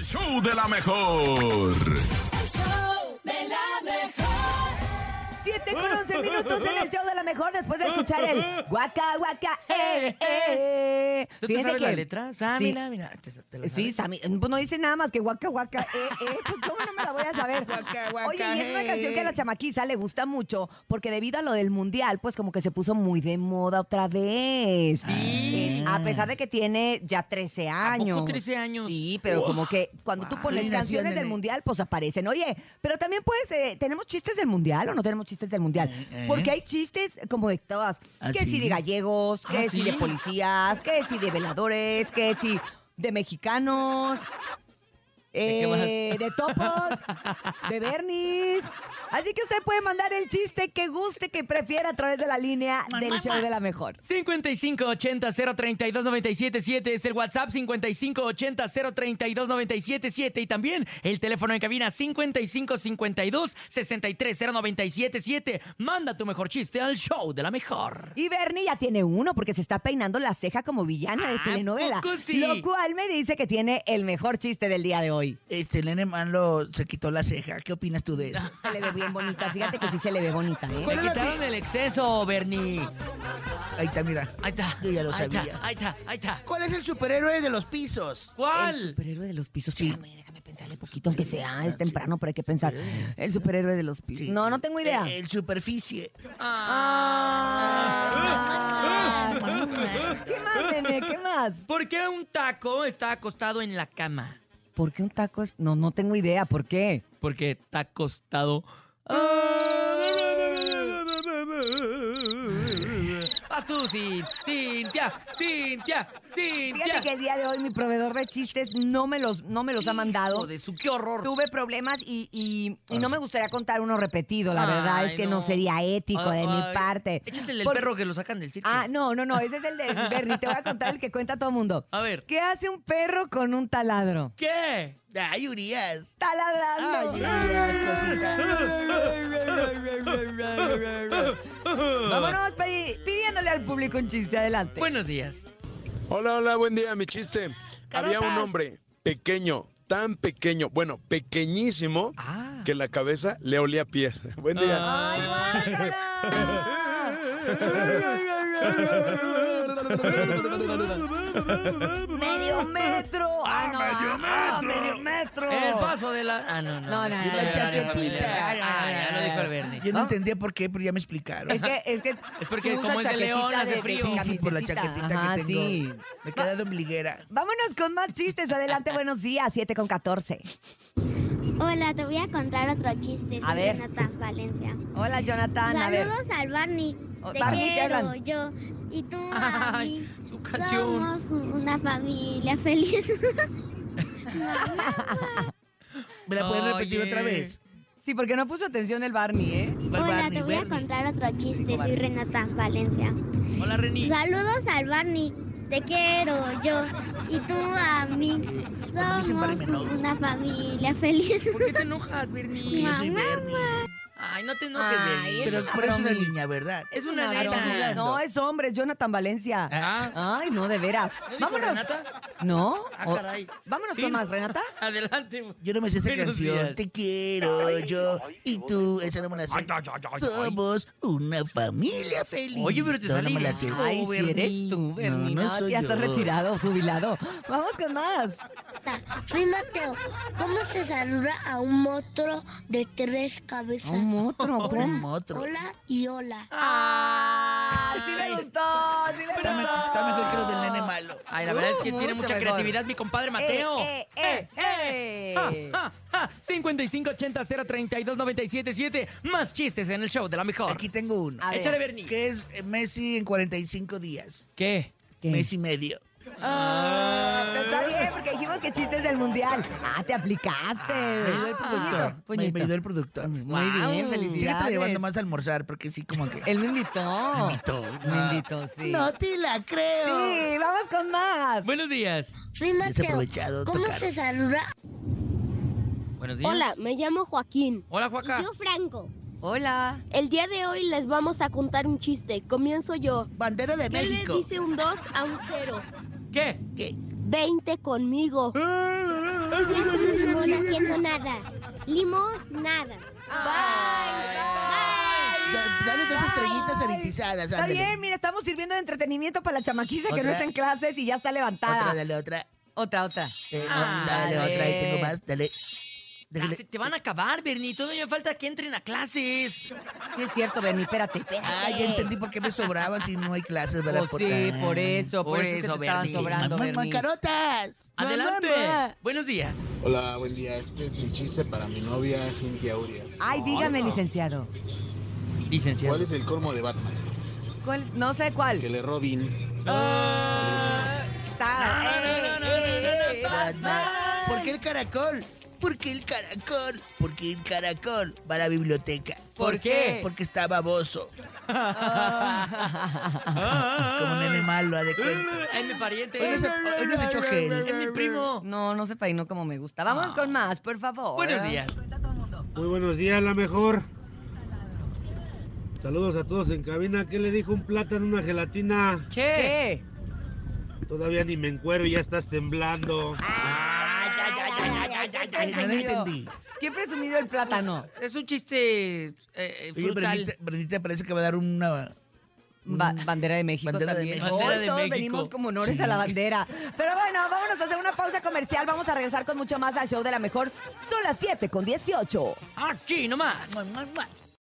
show de la mejor. show de la mejor. 7 con 11 minutos en el show de la mejor después de escuchar el guaca, guaca, eh, eh. ¿Tú te Fíjense sabes que- la letra? Ah, Sí. mira, mira. ¿Te, te la Sí, sabes? Sammy, pues no dice nada más que guaca, guaca, eh, eh, pues cómo no me la voy a saber. Guaca, guaca, Oye, y es una eh. canción que a la chamaquiza le gusta mucho porque debido a lo del mundial, pues como que se puso muy de moda otra vez. Sí. Eh, a pesar de que tiene ya 13 ¿A poco años. 13 años? Sí, pero como que cuando tú Guau. pones Sí, canciones nació en del el- mundial, pues aparecen. Oye, pero también pues, eh, ¿tenemos chistes del mundial o no tenemos chistes del mundial? Eh, eh. Porque hay chistes como de todas. ¿Ah, que si sí? de gallegos, que ¿Ah, si sí? de policías, que si de veladores, que si de mexicanos. ¿De qué más? eh, de topos, de bernis. Así que usted puede mandar el chiste que guste, que prefiera a través de la línea del show de la mejor. 5580-032-977 es el WhatsApp, 5580-032-977 y también el teléfono en cabina 5552-630977. Manda tu mejor chiste al show de la mejor. Y Bernie ya tiene uno porque se está peinando la ceja como villana de Ah, telenovela. ¿poco sí? Lo cual me dice que tiene el mejor chiste del día de hoy. Este, Nene Malo se quitó la ceja. ¿Qué opinas tú de eso? Se le ve bien bonita. Fíjate que sí se le ve bonita, ¿eh? ¿Cuál Le es la quitaron el exceso, Bernie. Ahí está, mira. Ahí está. Yo ya lo ahí está, sabía. ahí está, ahí está. ¿Cuál es el superhéroe de los pisos? El ¿Cuál? superhéroe de los pisos. Sí. Espérame, déjame pensarle poquito, aunque sea, es sí. temprano, pero hay que pensar. El superhéroe de los pisos. Sí. No, no tengo idea. El, Eh, el superficie. Ah. ¿Qué más, nene? ¿Qué más? ¿Por qué un taco está acostado en la cama? ¿Por qué un taco es.? No, no tengo idea. ¿Por qué? Porque está acostado. Ah, Vas tú, Cin- Cintia, Cintia, Fíjate que Cintia. el día de hoy mi proveedor de chistes no me los, no me los ha mandado. Hijo de su, qué horror. Tuve problemas y, y- y no me gustaría contar uno repetido. La Ay, verdad es que no, no. sería ético de mi Ay, parte. Échate el del Por- perro que lo sacan del circo. Ah, no, no, no. Ese es el de Bernie. Te voy a contar el que cuenta todo el mundo. A ver. ¿Qué hace un perro con un taladro? ¿Qué? Ay, Urias. Ay, Taladrando. Urias, cosita. Vámonos pedi- pidiéndole al público un chiste. Adelante. Buenos días. Hola, hola, buen día, mi chiste. Había un Carotas. hombre pequeño, tan pequeño, bueno, pequeñísimo, Ah. que la cabeza le olía a pies. Buen día. ¡Ay, guácala! ¡Medio metro! ¡Ah, no! ¡Ah, medio metro! El paso de la. Ah, no, no. No, no, Y la ya, ya, ya, ya, chaquetita. ya, ya, ya, ya lo dijo el Bernie. Yo no entendía por qué, pero ya me explicaron. Es que, es que. Es porque tú usas como es de chaquetita León, hace de- de frío. Sí, sí, por la camiseta. chaquetita Ajá, que tengo. sí. Me queda de ombliguera. Vámonos con más chistes. Adelante, buenos días. 7 con 14. Hola, te voy a contar otro chiste. A soy ver. Jonathan Valencia. Hola, Jonathan. A ver. Saludos al Barney. Oh, Te Barney, te quiero hablan. yo y tú a Ay, mí. su canción. Somos una familia feliz. ¿Me la puedes repetir Oye. otra vez? Sí, porque no puso atención el Barney, ¿eh? ¿Cuál Hola, Barney? te voy a Bernie. contar otro chiste. Dijo Barney. Soy Renata Valencia. Hola, Reni. Saludos al Barney. Te quiero yo y tú a mí. Cuando dicen Barney, me Somos enojo. una familia feliz. ¿Por qué te enojas, Que Bernie? Yo soy Mamá. Bernie. Ay, no te enojes, Ay, Bernie. Pero, no, pero es una Romy. niña, ¿verdad? Es una broma. nena. No, es hombre, es Jonathan Valencia. Ah. Ay, no, de veras. ¿No dijo Vámonos. Renata? No. Ah, O- caray. Vámonos Sí, con no. más, Renata. Adelante. Yo no me sé esa Buenos canción. días. Te quiero yo y tú. Esa no me la sé. Ay, ay, ay, ay, Somos una familia feliz. Oye, pero te No, no sale me la bien. sé. Ay, si Bernie. eres tú, No, Bernie. no No, soy ya estás yo. retirado, jubilado. Vamos con más. Soy Mateo. ¿Cómo se saluda a un monstruo de tres cabezas? Un monstruo. Un ¿cómo? motro. Hola y hola. Ah, sí me gustó, sí me Está, me- gustó. está mejor que los del nene malo. Ay, la verdad es que Uh, tiene mucho mucha mejor. creatividad mi compadre Mateo. Ah. Eh, eh, eh, eh. Ja, ja, ja. 5580-032-977. Más chistes en el show de la mejor. Aquí tengo uno. A ver. Échale, Bernie. Que es eh, Messi en 45 días. ¿Qué? ¿Qué? Mes y medio. Ah, pero está bien, porque dijimos que chistes del mundial. Ah, te aplicaste. Me ayudó el productor. Ah. Puñito, puñito. Me ayudó el productor. Muy bien, felicidades. Síguete llevando más a almorzar porque sí, como que. Él me invitó. Me invitó. Me invitó, sí. No te la creo. Sí, vamos con más. Buenos días. Soy Mateo. Desaprovechado, ¿Cómo tocaron. se saluda? Buenos días. me llamo Joaquín. Hola, Juaca. Franco. Hola. El día de hoy les vamos a contar un chiste. Comienzo yo. Bandera de ¿Qué le México. dice un 2 a un 0? ¿Qué? ¿Qué? 20 conmigo. No es un limón haciendo nada. Limón, nada. Da- Dale dos estrellitas sanitizadas, Está bien, ándale. mira, estamos sirviendo de entretenimiento para la chamaquiza que no Otra. está en clases y ya está levantada. Otra, dale otra. otra. otra. Eh, dale otra, ahí tengo más, dale. Ah, Déjale. se te van a acabar, Bernie. Todavía falta que entren a clases. Sí, es cierto, Bernie, espérate, espérate. Ah, ya entendí por qué me sobraban si no hay clases, ¿verdad? Pues sí, Ah. por eso, por, Por eso, que eso, te estaban Bernie. sobrando, Mamá, Bernie. ¡Macarotas! Adelante. mamá. Buenos días. Hola, buen día. Este es mi chiste para mi novia Cintia Urias. Ay, dígame, licenciado. ¿Cuál Licenciado. es el colmo de Batman? ¿Cuál? es? No sé cuál. Que le Robin. Ah, Está- eh, no, no, no, no, no, no, no. Batman. ¿Por qué el caracol? ¿Por qué el caracol? ¿Por qué el caracol va a la biblioteca? ¿Por qué? Porque está baboso. Ah, Como un nene malo, ha de cuenta. Es mi pariente. Hoy no se- hoy no se echó gel. Es mi primo. No, no se peinó como me gusta. Vámonos con más, por favor. Ah. Buenos días. Muy buenos días, la mejor. Saludos a todos en cabina. ¿Qué le dijo un plátano a una gelatina? ¿Qué? ¿Qué? Todavía ni me encuero y ya estás temblando. Ay, no lo entendí. Qué presumido el plátano. Es un chiste eh, eh, Oye, frutal. Brendita, Brendita parece que va a dar una... Ba- bandera de México Mm, Bandera de también. México. Hoy Bandera de todos México. venimos como honores a la bandera. Pero bueno, vámonos a hacer una pausa comercial. Vamos a regresar con mucho más al show de la mejor. Son las 7 con 18. Aquí nomás. Mua, mua, mua.